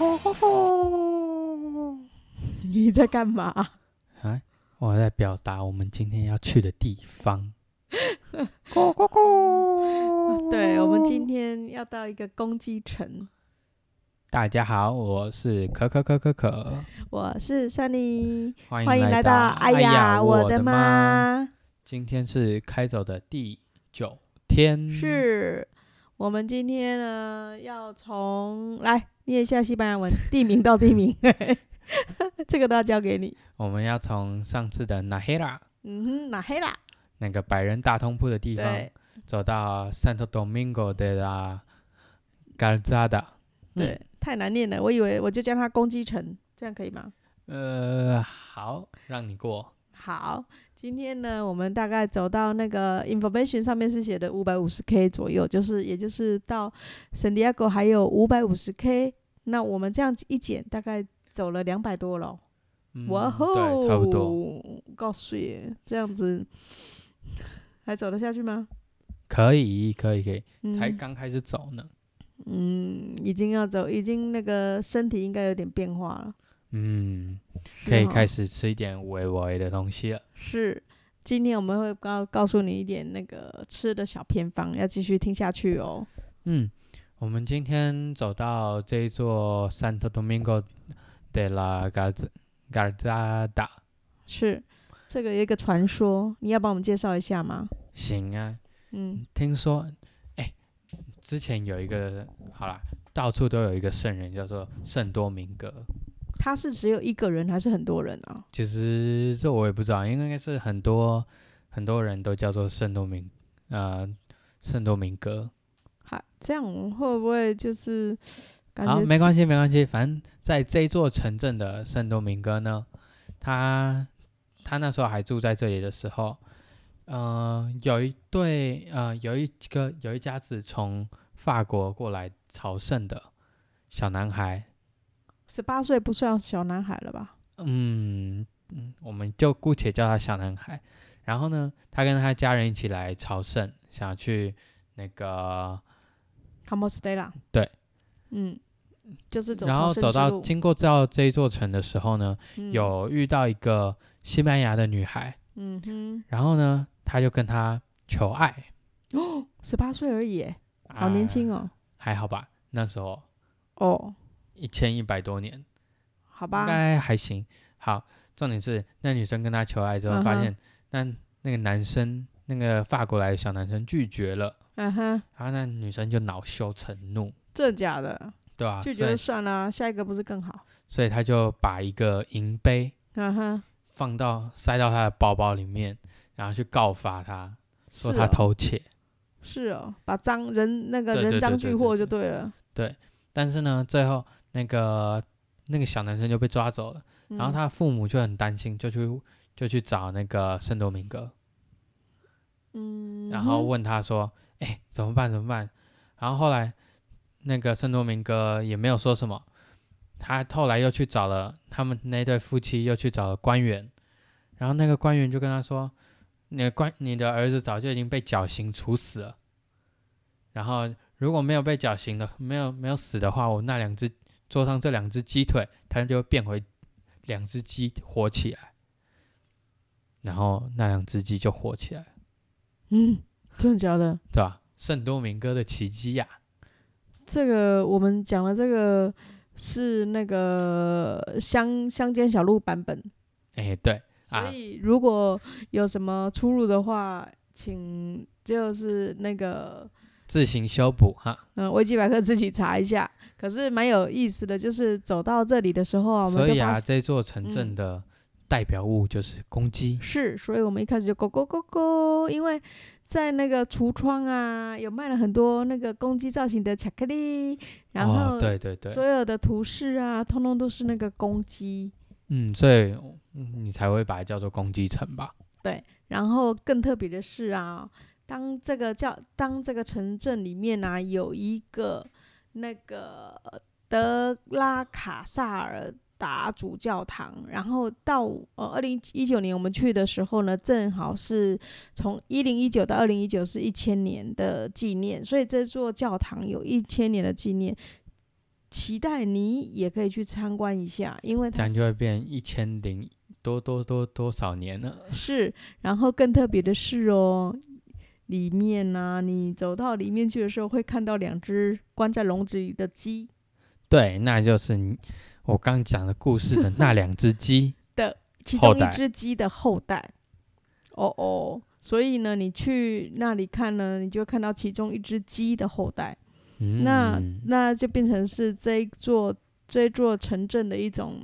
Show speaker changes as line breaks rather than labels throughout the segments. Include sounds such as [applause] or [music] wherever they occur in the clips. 哦
吼吼！
你在干嘛？
哎，我在表达我们今天要去的地方。
咕咕咕！ [laughs] [laughs] 对，我们今天要到一个公鸡城。
大家好，我是可可可可可，
我是珊妮，
欢
欢迎来到《哎呀我的
妈》。
妈》
今天是开走的第九天，
是。我们今天呢，要从来念一下西班牙文地名到地 [laughs] 名，这个都要交给你。
我们要从上次的 Nahera
嗯哼，哪黑啦？
那个百人大通铺的地方
对，
走到 Santo Domingo de la Calzada。嗯
对，太难念了，我以为我就叫它公鸡城，这样可以吗？
呃，好，让你过。
好，今天呢，我们大概走到那个 information 上面是写的五百五十 K 左右，就是也就是到 San Diego 还有五百五十 K，那我们这样子一减，大概走了两百多了。
嗯
哇吼，
对，差不多。
告诉你，这样子还走得下去吗？
可以，可以，可以，
嗯
才刚开始走呢。
嗯，已经要走，已经那个身体应该有点变化了，
嗯，可以开
始
始吃一点微微的东西了。
是。今天我们会告告诉你一点那个吃的小偏方，要继续听下去哦。
嗯，我们今天走到这一座 Santo Domingo de la Garza Garzada，
是，这个有一个传说，你要帮我们介绍一下吗？
行啊，
嗯，
听说，哎、之前有一个，好啦，到处都有一个圣人叫做圣多明格。
他是只有一个人还是很多人啊？
其实这我也不知道，因为应该是很多很多人都叫做圣多明，呃，圣多明哥。
还这样我会不会就是感
好，
觉
没
系，
关系，没关系，反正在这一座城镇的圣多明哥呢，他他那时候还住在这里的时候，呃，有一对呃有一个有一家子从法国过来朝圣的小男孩，
十八岁不算小男孩了吧？
嗯嗯，我们就姑且叫他小男孩。然后呢，他跟他家人一起来朝圣，想要去那个，
c o m o s t e l a
对，
嗯，就是走
然
朝
后
圣
走
之
到
路
经过到这一座城的时候呢，
嗯
有遇到一个西班牙的女孩，
嗯哼，
然后呢，他就跟她求爱，
十八岁而已耶，好年轻
哦，
哦。
还好吧？那时候
哦，
一千一百多年，
好
应
吧，
该还行。好，重点是那女生跟他求爱之
嗯
后，
哼
发现那那个男生，那个法国来的小男生拒绝了，
嗯哼，
然后那女生就恼羞成怒，
真的假的？
对啊，
拒绝
所
就
以
算啦，下一个不是更好？
所以他就把一个银杯
嗯哼，
放到塞到他的包包里面，然后去告发他，
是
说他
哦，
偷窃。
是哦，把赃人那个
对
人
对
赃
对
俱
对
获
对
就对了。
但是呢，最后那个那个小男生就被抓走了，然后
嗯
他的父母就很担心，就去就去找那个圣多明哥，
嗯，
然后，问他说：“哎、怎么办？怎么办？”然后后来那个圣多明哥也没有说什么，他后来又去找了他们那对夫妻，又去找了官员，然后那个官员就跟他说：“你的官，你的儿子早就已经被绞刑处死了，然后如果没有被绞刑的，没有没有死的话，我那两只桌上这两只鸡腿，它就会变回两只鸡活起来。”然后那两只鸡就活起来了。
嗯， [laughs] 真的假的？
对吧？圣多明哥的奇迹呀、
这个我们讲的这个是那个乡乡间小路版本，
哎，对，啊
所以如果有什么出入的话，请就是那个
自行修补哈。
嗯维基百科自己查一下。可是蛮有意思的，就是走到这里的时候啊，我们
所
就
以
发
啊，
现
这座城镇
嗯
的代表物就是公鸡。
是，所以我们一开始就咕咕咕咕，因为在那个橱窗啊，有卖了很多那个公鸡造型的巧克力，然后、
哦，对对对，
所有的图示啊，通通都是那个公鸡。
嗯，所以嗯你才会把它叫做公鸡城
哦
吧？
然后更特别的是啊，当这个叫当这个城镇里面呢、有一个那个德拉卡萨尔达主教堂，然后到呃二零一九年我们去的时候呢，正好是从一零一九到二零一九是一千年的纪念，所以这座教堂有一千年的纪念。期待你也可以去参观一下，因为
这
它
样
是
就会变一千零多多多多少年了。
是，然后更特别的是哦，里面呢、你走到里面去的时候，会看到两只关在笼子里的鸡
对，那就是你我刚讲的故事的那两只鸡。
的其
后
中一
代
只鸡的后代。哦哦，所以呢，你去那里看呢，你就会看到其中一只鸡的后代。[laughs]
嗯，
那那就变成是这一座这一座城镇的一种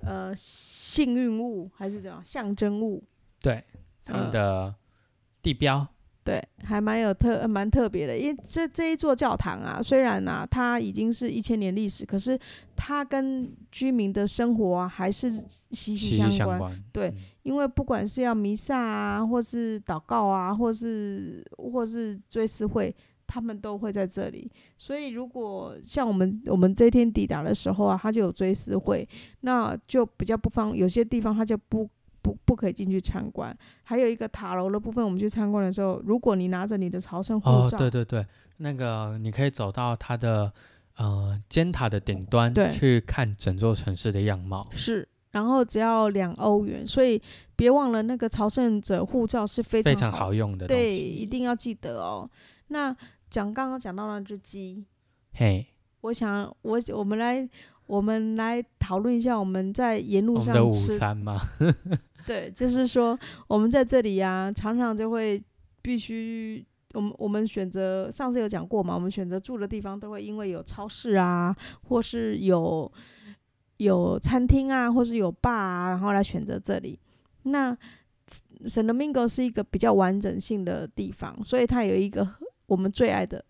呃幸运物，还是怎样象征物？
对他们
呃
的地标，
对，还蛮有特呃蛮特别的，因为这这一座教堂啊，虽然啊它已经是一千年历史，可是它跟居民的生活啊还是息息
息
相
息
关。
相关。
对
嗯，
因为不管是要弥撒啊，或是祷告啊，或是或是追思会，他们都会在这里。所以如果像我们我们这一天抵达的时候啊，它就有追思会，那就比较不方，有些地方它就不。不不可以进去参观，还有一个塔楼的部分，我们去参观的时候，如果你拿着你的朝 [laughs] 圣护
哦，
照，
对对对，那个你可以走到它的呃尖塔的顶端
对
去看整座城市的样貌。
是，然后只要两欧元，所以别忘了那个朝圣者护照是非常
非常好用的东
对，
西。
一定要记得哦。那讲刚刚讲到那只鸡，
嘿，
我想我我们来我们来讨论一下我们在沿路
我们的
上
午
吃，
餐嘛，
对，就是说我们在这里呀、常常就会必须。我们我们选择上次有讲过嘛，我们选择住的地方都会因为有超市啊，或是有有餐厅啊，或是有 bar 啊，然后来选择这里。那 San Domingo 是一个比较完整性的地方，所以它有一个我们最爱的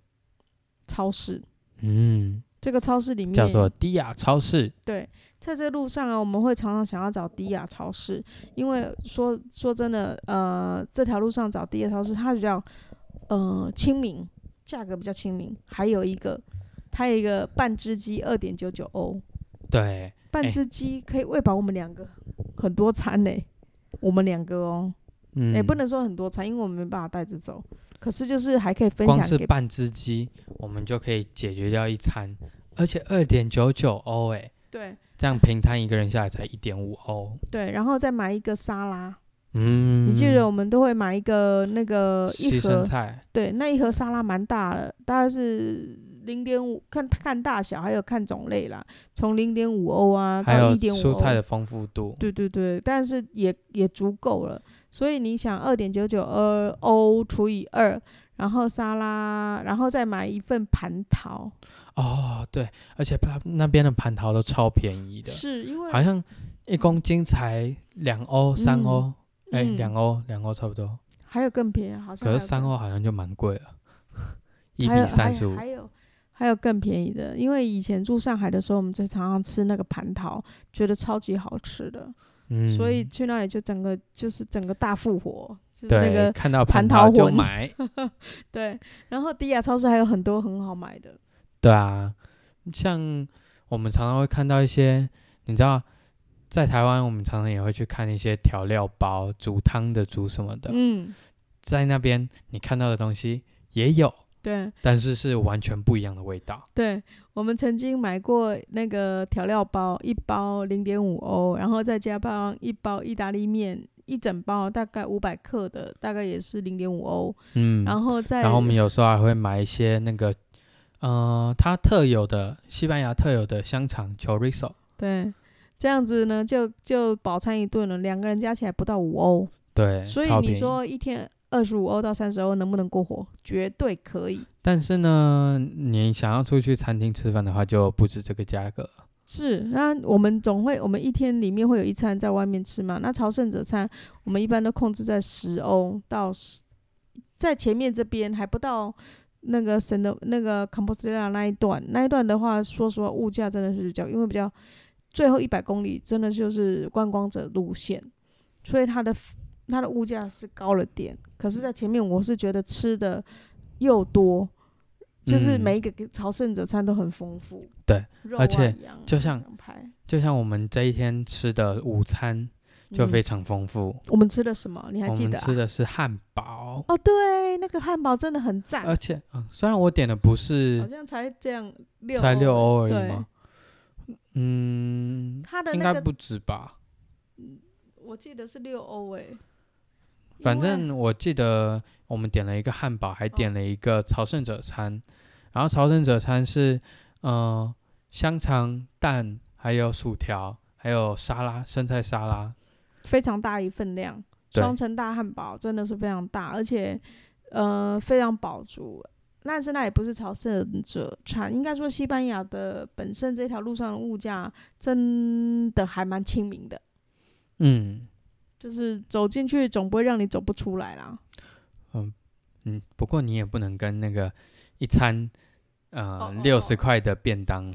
超市。
[laughs] 嗯，
这个超市里面
叫做迪亚超市。
对，在这路上啊，我们会常常想要找迪亚超市，因为说说真的，呃，这条路上找迪亚超市，它比较呃亲民，价格比较亲民。还有一个，它有一个半只鸡，二点九九欧，
对，
半
哎
只鸡可以喂饱我们两个很多餐呢、我们两个哦，
嗯，
也、不能说很多餐，因为我们没办法带着走，可是就是还可以分
光
享
是
给
半只鸡，我们就可以解决掉一餐，而且二点九九欧，哎，
对
这样平摊一个人下来才一点五欧。
对，然后再买一个沙拉，
嗯，
你记得我们都会买一个那个一
西
盒
生菜，
对，那一盒沙拉蛮大的，大概是零点五，看看大小，还有看种类啦，从零点五欧啊
还
到
有
一点五
蔬菜
欧
的，丰富度。
对对对，但是也也足够了。所以你想，二点九九二欧除以二，然后沙拉，然后再买一份蟠桃，
哦，对，而且它那边的蟠桃都超便宜的，
是因为
好像一公斤才两欧、三
嗯
欧，哎，两
嗯
欧、两欧差不多。
还有更便宜，好像
可
还
是
有
三
更
欧好像就蛮贵
[laughs]
了，一
还有
比三十五
还有还有还有更便宜的，因为以前住上海的时候，我们就常常吃那个蟠桃，觉得超级好吃的。
嗯，
所以去那里就整个就是整个大复活，就是
对、
那个
看到
蟠
蟠
桃
桃就
魂 [laughs]
买，
对。然后迪亚超市还有很多很好买的，
对啊，像我们常常会看到一些，你知道，在台湾我们常常也会去看一些调料包、煮汤的煮什么的，
嗯，
在那边你看到的东西也有，
对
但是是完全不一样的味道。
对。我们曾经买过那个调料包，一包零点五欧，然后再加包一包意大利面，一整包大概五百克的，大概也是零点五欧，
嗯，
然后再
然后我们有时候还会买一些那个，呃，它特有的西班牙特有的香肠 chorizo。
对。这样子呢，就就饱餐一顿了，两个人加起来不到五欧，
对，
所以
超
你
便宜
说一天二十五欧到三十欧能不能过活？绝对可以。
但是呢，你想要出去餐厅吃饭的话，就不止这个价格。
是，那我们总会，我们一天里面会有一餐在外面吃嘛。那朝圣者餐，我们一般都控制在十欧到十，在前面这边还不到那个神的那个 Compostela 那一段，那一段的话，说实话，物价真的是比较，因为比较最后一百公里真的就是观光者路线，所以它的它的物价是高了点。可是，在前面我是觉得吃的又多，就是
嗯
每一个朝圣者餐都很丰富。
对
肉啊，
而且
羊啊
就像
羊排
就像我们这一天吃的午餐，就
嗯
非常丰富。
我们吃了什么？你还
我
记
们
得啊、
吃的是汉堡，
哦，对，那个汉堡真的很赞，
而且、嗯、虽然我点的不
好
是
像才这样六
才六欧而
对
已嘛，嗯，
它的
应
那
该
个
不止吧？
我记得是六欧诶。
反
因为嗯
正我记得我们点了一个汉堡，还点了一个朝圣者餐，然后朝圣者餐是呃香肠、蛋，还有薯条，还有沙拉，生菜沙拉，
非常大一份量，
对
双层大汉堡真的是非常大，而且呃非常饱足。但是那也不是朝圣者餐，应该说西班牙的本身这条路上的物价真的还蛮亲民的，
嗯
就是走进去总不会让你走不出来啦。
嗯，不过你也不能跟那个一餐呃
哦哦
六十块的便当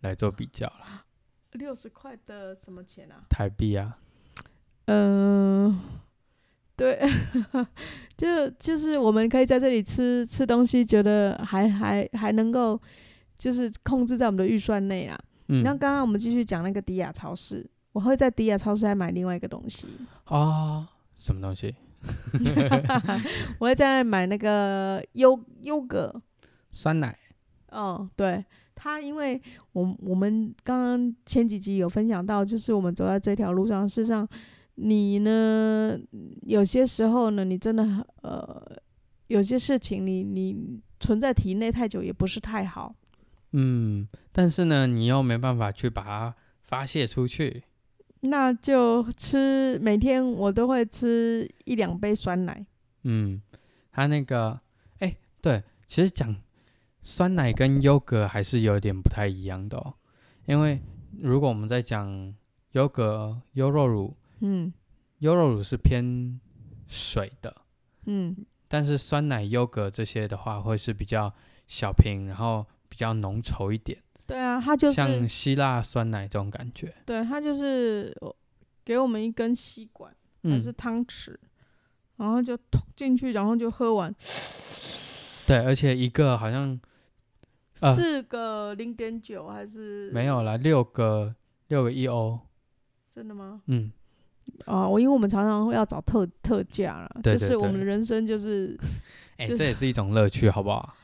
来做比较了，
六十块的什么钱啊？
台币啊，
嗯、对， [laughs] 就就是我们可以在这里吃吃东西，觉得还还还能够就是控制在我们的预算内啦。
嗯，
那刚刚我们继续讲那个迪亚超市，我会在迪亚超市还买另外一个东西， [laughs]
哦，什么东西？
我会在那里买那个优优格。
酸奶，
嗯，对，它因为我我们刚刚前几集有分享到，就是我们走在这条路上，事实上你呢，有些时候呢，你真的很呃，有些事情你你存在体内太久也不是太好。
嗯，但是呢，你又没办法去把它发泄出去，
那就吃，每天我都会吃一两杯酸奶。
嗯，它那个，哎，对，其实讲酸奶跟优格还是有点不太一样的哦，因为如果我们在讲优格、优酪乳，
嗯
优酪乳是偏水的，
嗯，
但是酸奶、优格这些的话，会是比较小瓶，然后比较浓稠一点，
对啊，它就是
像希腊酸奶这种感觉。
对，它就是呃给我们一根吸管，还
嗯，
是汤匙，然后就捅进去，然后就喝完，
对，而且一个好像呃
四个零点九还是
没？有了，六个六个一欧，
真的吗？
嗯，
啊，我因为我们常常会要找特特价啦，
对
就
对
是我们
对
的人生
[laughs]
就是
哎、
就
这也是一种乐趣，好不好？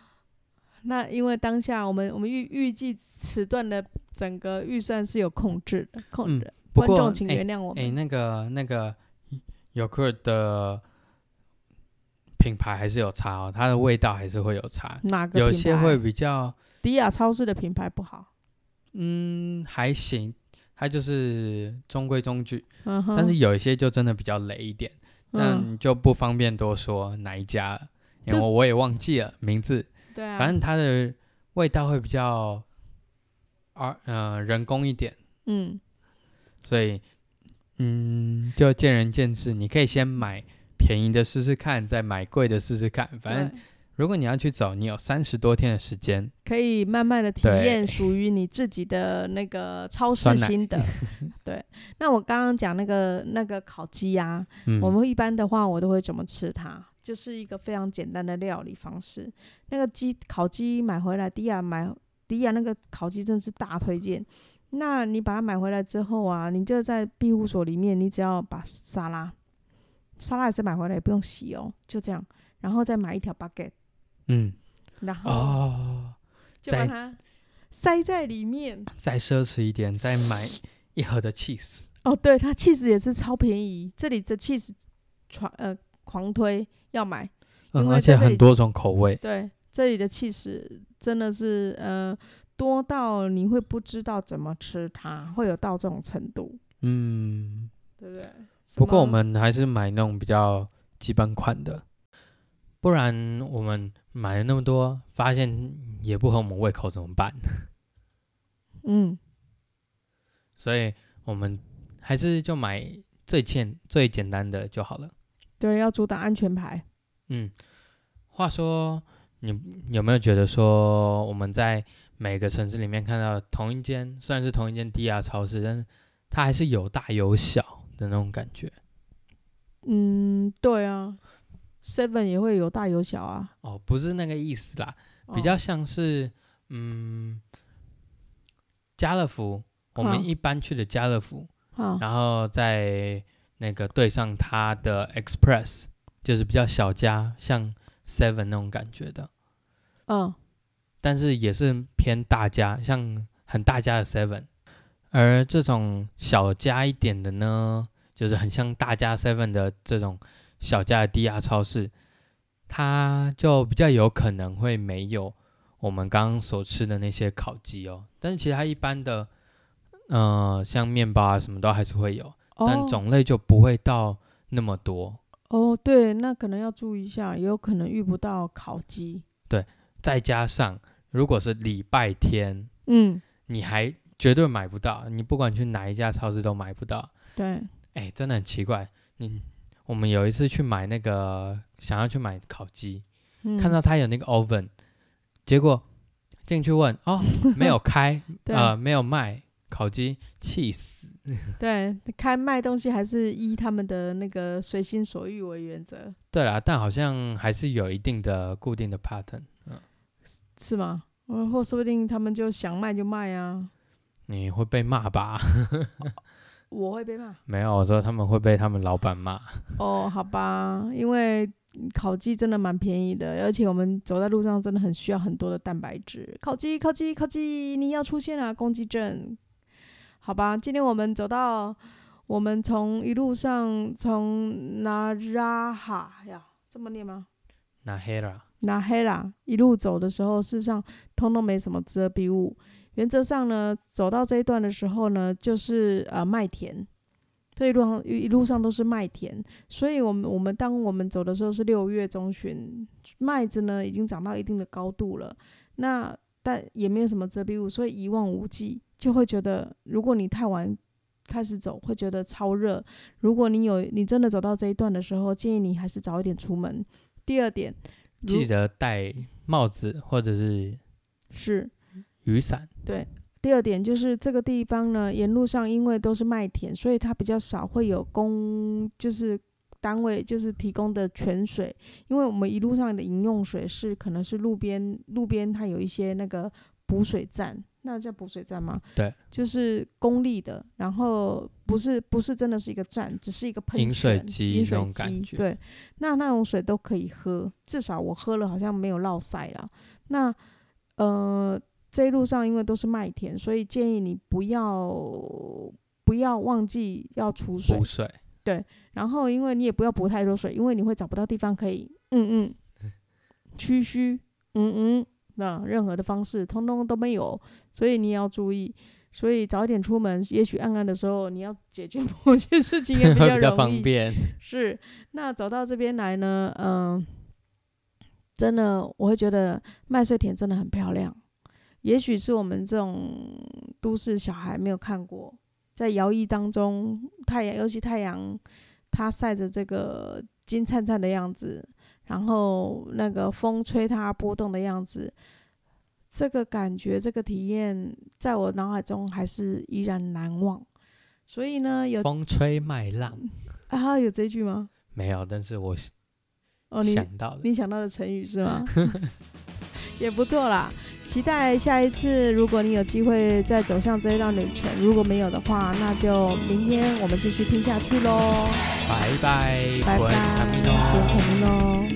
那，因为当下我们我们预预计此段的整个预算是有控制的，控
嗯
制的。
不
观
过
众请
哎
原谅我
哎、
们。
那个那个 yogurt 的品牌还是有差哦，它的味道还是会有差，
嗯哪个
有
品
些
牌
会比较
迪亚超市的品牌不好，
嗯还行，它就是中规中矩，
嗯哼，
但是有一些就真的比较雷一点，
嗯，
但就不方便多说哪一家了，因为
就是
我也忘记了名字，
对啊，
反正它的味道会比较啊呃人工一点。
嗯。
所以，嗯，就见仁见智。你可以先买便宜的试试看，再买贵的试试看。反正
对
如果你要去走，你有三十多天的时间。
可以慢慢的体
对
验属于你自己的那个超市
酸奶
心
[laughs]
得。对，那我刚刚讲那个那个烤鸡啊呀、
嗯，
我们一般的话我都会怎么吃它？就是一个非常简单的料理方式。那个鸡烤鸡买回来，迪亚买迪亚那个烤鸡真是大推荐。那你把它买回来之后啊，你就在庇护所里面，你只要把沙拉，沙拉也是买回来也不用洗哦，就这样，然后再买一条 baguette，
嗯
然后、
哦，
就把
在
它塞在里面。
再奢侈一点，再买一盒的 cheese。
哦，对，它 cheese 也是超便宜，这里的 cheese 传呃狂推要买，因
嗯，
为
而
在
且
这里
很多种口味。
对，这里的 cheese 真的是呃多到你会不知道怎么吃它，会有到这种程度，
嗯，
对不对？
不过我
什么
们还是买那种比较基本款的，不然我们买了那么多，发现也不合我们胃口怎么办？
嗯
所以我们还是就买最简最简单的就好了。
对要主打安全牌，
嗯，话说你有没有觉得说我们在每个城市里面看到同一间虽然是同一间 DR 超市，但是它还是有大有小的那种感觉
嗯对啊，seven 也会有大有小啊，
哦，不是那个意思啦，
哦
比较像是嗯家乐福，我们
嗯
一般去的家乐福，
哦，
然后再那个对上它的 Express，就是比较小家，像 Seven 那种感觉的，
嗯，
但是也是偏大家，像很大家的 Seven。而这种小家一点的呢，就是很像大家 Seven 的这种小家的低压超市，它就比较有可能会没有我们刚刚所吃的那些烤鸡哦。但是其他一般的，呃，像面包啊什么都还是会有。但
哦
种类就不会到那么多。
哦，对，那可能要注意一下，也有可能遇不到烤鸡。
再加上，如果是礼拜天，
嗯，
你还绝对买不到，你不管去哪一家超市都买不到。
对，
哎，真的很奇怪。
嗯
你我们有一次去买那个，想要去买烤鸡，
嗯、
看到它有那个 oven，结果进去问，
[laughs]
哦，没有开，
对、
呃，没有卖烤鸡，气死。
对，开卖东西还是依他们的那个随心所欲为原则，
对啦，但好像还是有一定的固定的 pattern。嗯，
是吗？嗯，或说不定他们就想卖就卖啊，
你会被骂吧？ [laughs]
我会被骂。
没有，我说他们会被他们老板骂。
哦，好吧，因为烤鸡真的蛮便宜的，而且我们走在路上真的很需要很多的蛋白质。烤鸡，烤鸡，烤鸡，你要出现啊，公鸡症。好吧，今天我们走到，我们从一路上从纳拉哈呀，这么念吗？
那黑了，
拿黑啦，一路走的时候，事实上通通没什么遮蔽物。原则上呢，走到这一段的时候呢，就是呃麦田，这一路上一路上都是麦田，所以我们我们当我们走的时候是六月中旬，麦子呢已经长到一定的高度了，那但也没有什么遮蔽物，所以一望无际，就会觉得如果你太晚。开始走会觉得超热。如果你有你真的走到这一段的时候，建议你还是早一点出门。第二点，如
记得戴帽子或者是
是
雨伞。
第二点就是这个地方呢，沿路上因为都是麦田，所以它比较少会有供，就是单位就是提供的泉水，因为我们一路上的饮用水是可能是路边路边它有一些那个补水站，那叫补水站吗？
对，
就是公立的，然后不是不是真的是一个站，只是一个喷
饮水
泉
机
饮
那
水
种感
机
觉
对，那那种水都可以喝，至少我喝了好像没有落塞啦。那呃，这一路上因为都是麦田，所以建议你不要不要忘记要储水
补，水，
然后因为你也不要补太多水，因为你会找不到地方可以嗯嗯
[laughs]
区虚嗯嗯那任何的方式通通都没有，所以你也要注意。所以早一点出门，也许暗暗的时候，你要解决某些事情也比较
[laughs] 会比较
容易
方。便。
是，那走到这边来呢，嗯、真的我会觉得麦穗田真的很漂亮，也许是我们这种都市小孩没有看过，在摇曳当中，太阳，尤其太阳，它晒着这个金灿灿的样子，然后那个风吹它波动的样子。这个感觉，这个体验，在我脑海中还是依然难忘。所以呢，有
风吹麦浪
啊，有这句吗？
没有，但是我想
哦，你
想到了。
你想到的成语是吗？ [laughs] 也不错啦，期待下一次，如果你有机会再走上这一段旅程，如果没有的话，那就明天我们继续听下去喽，
拜拜，
拜拜，
滚阿米诺
滚。喽。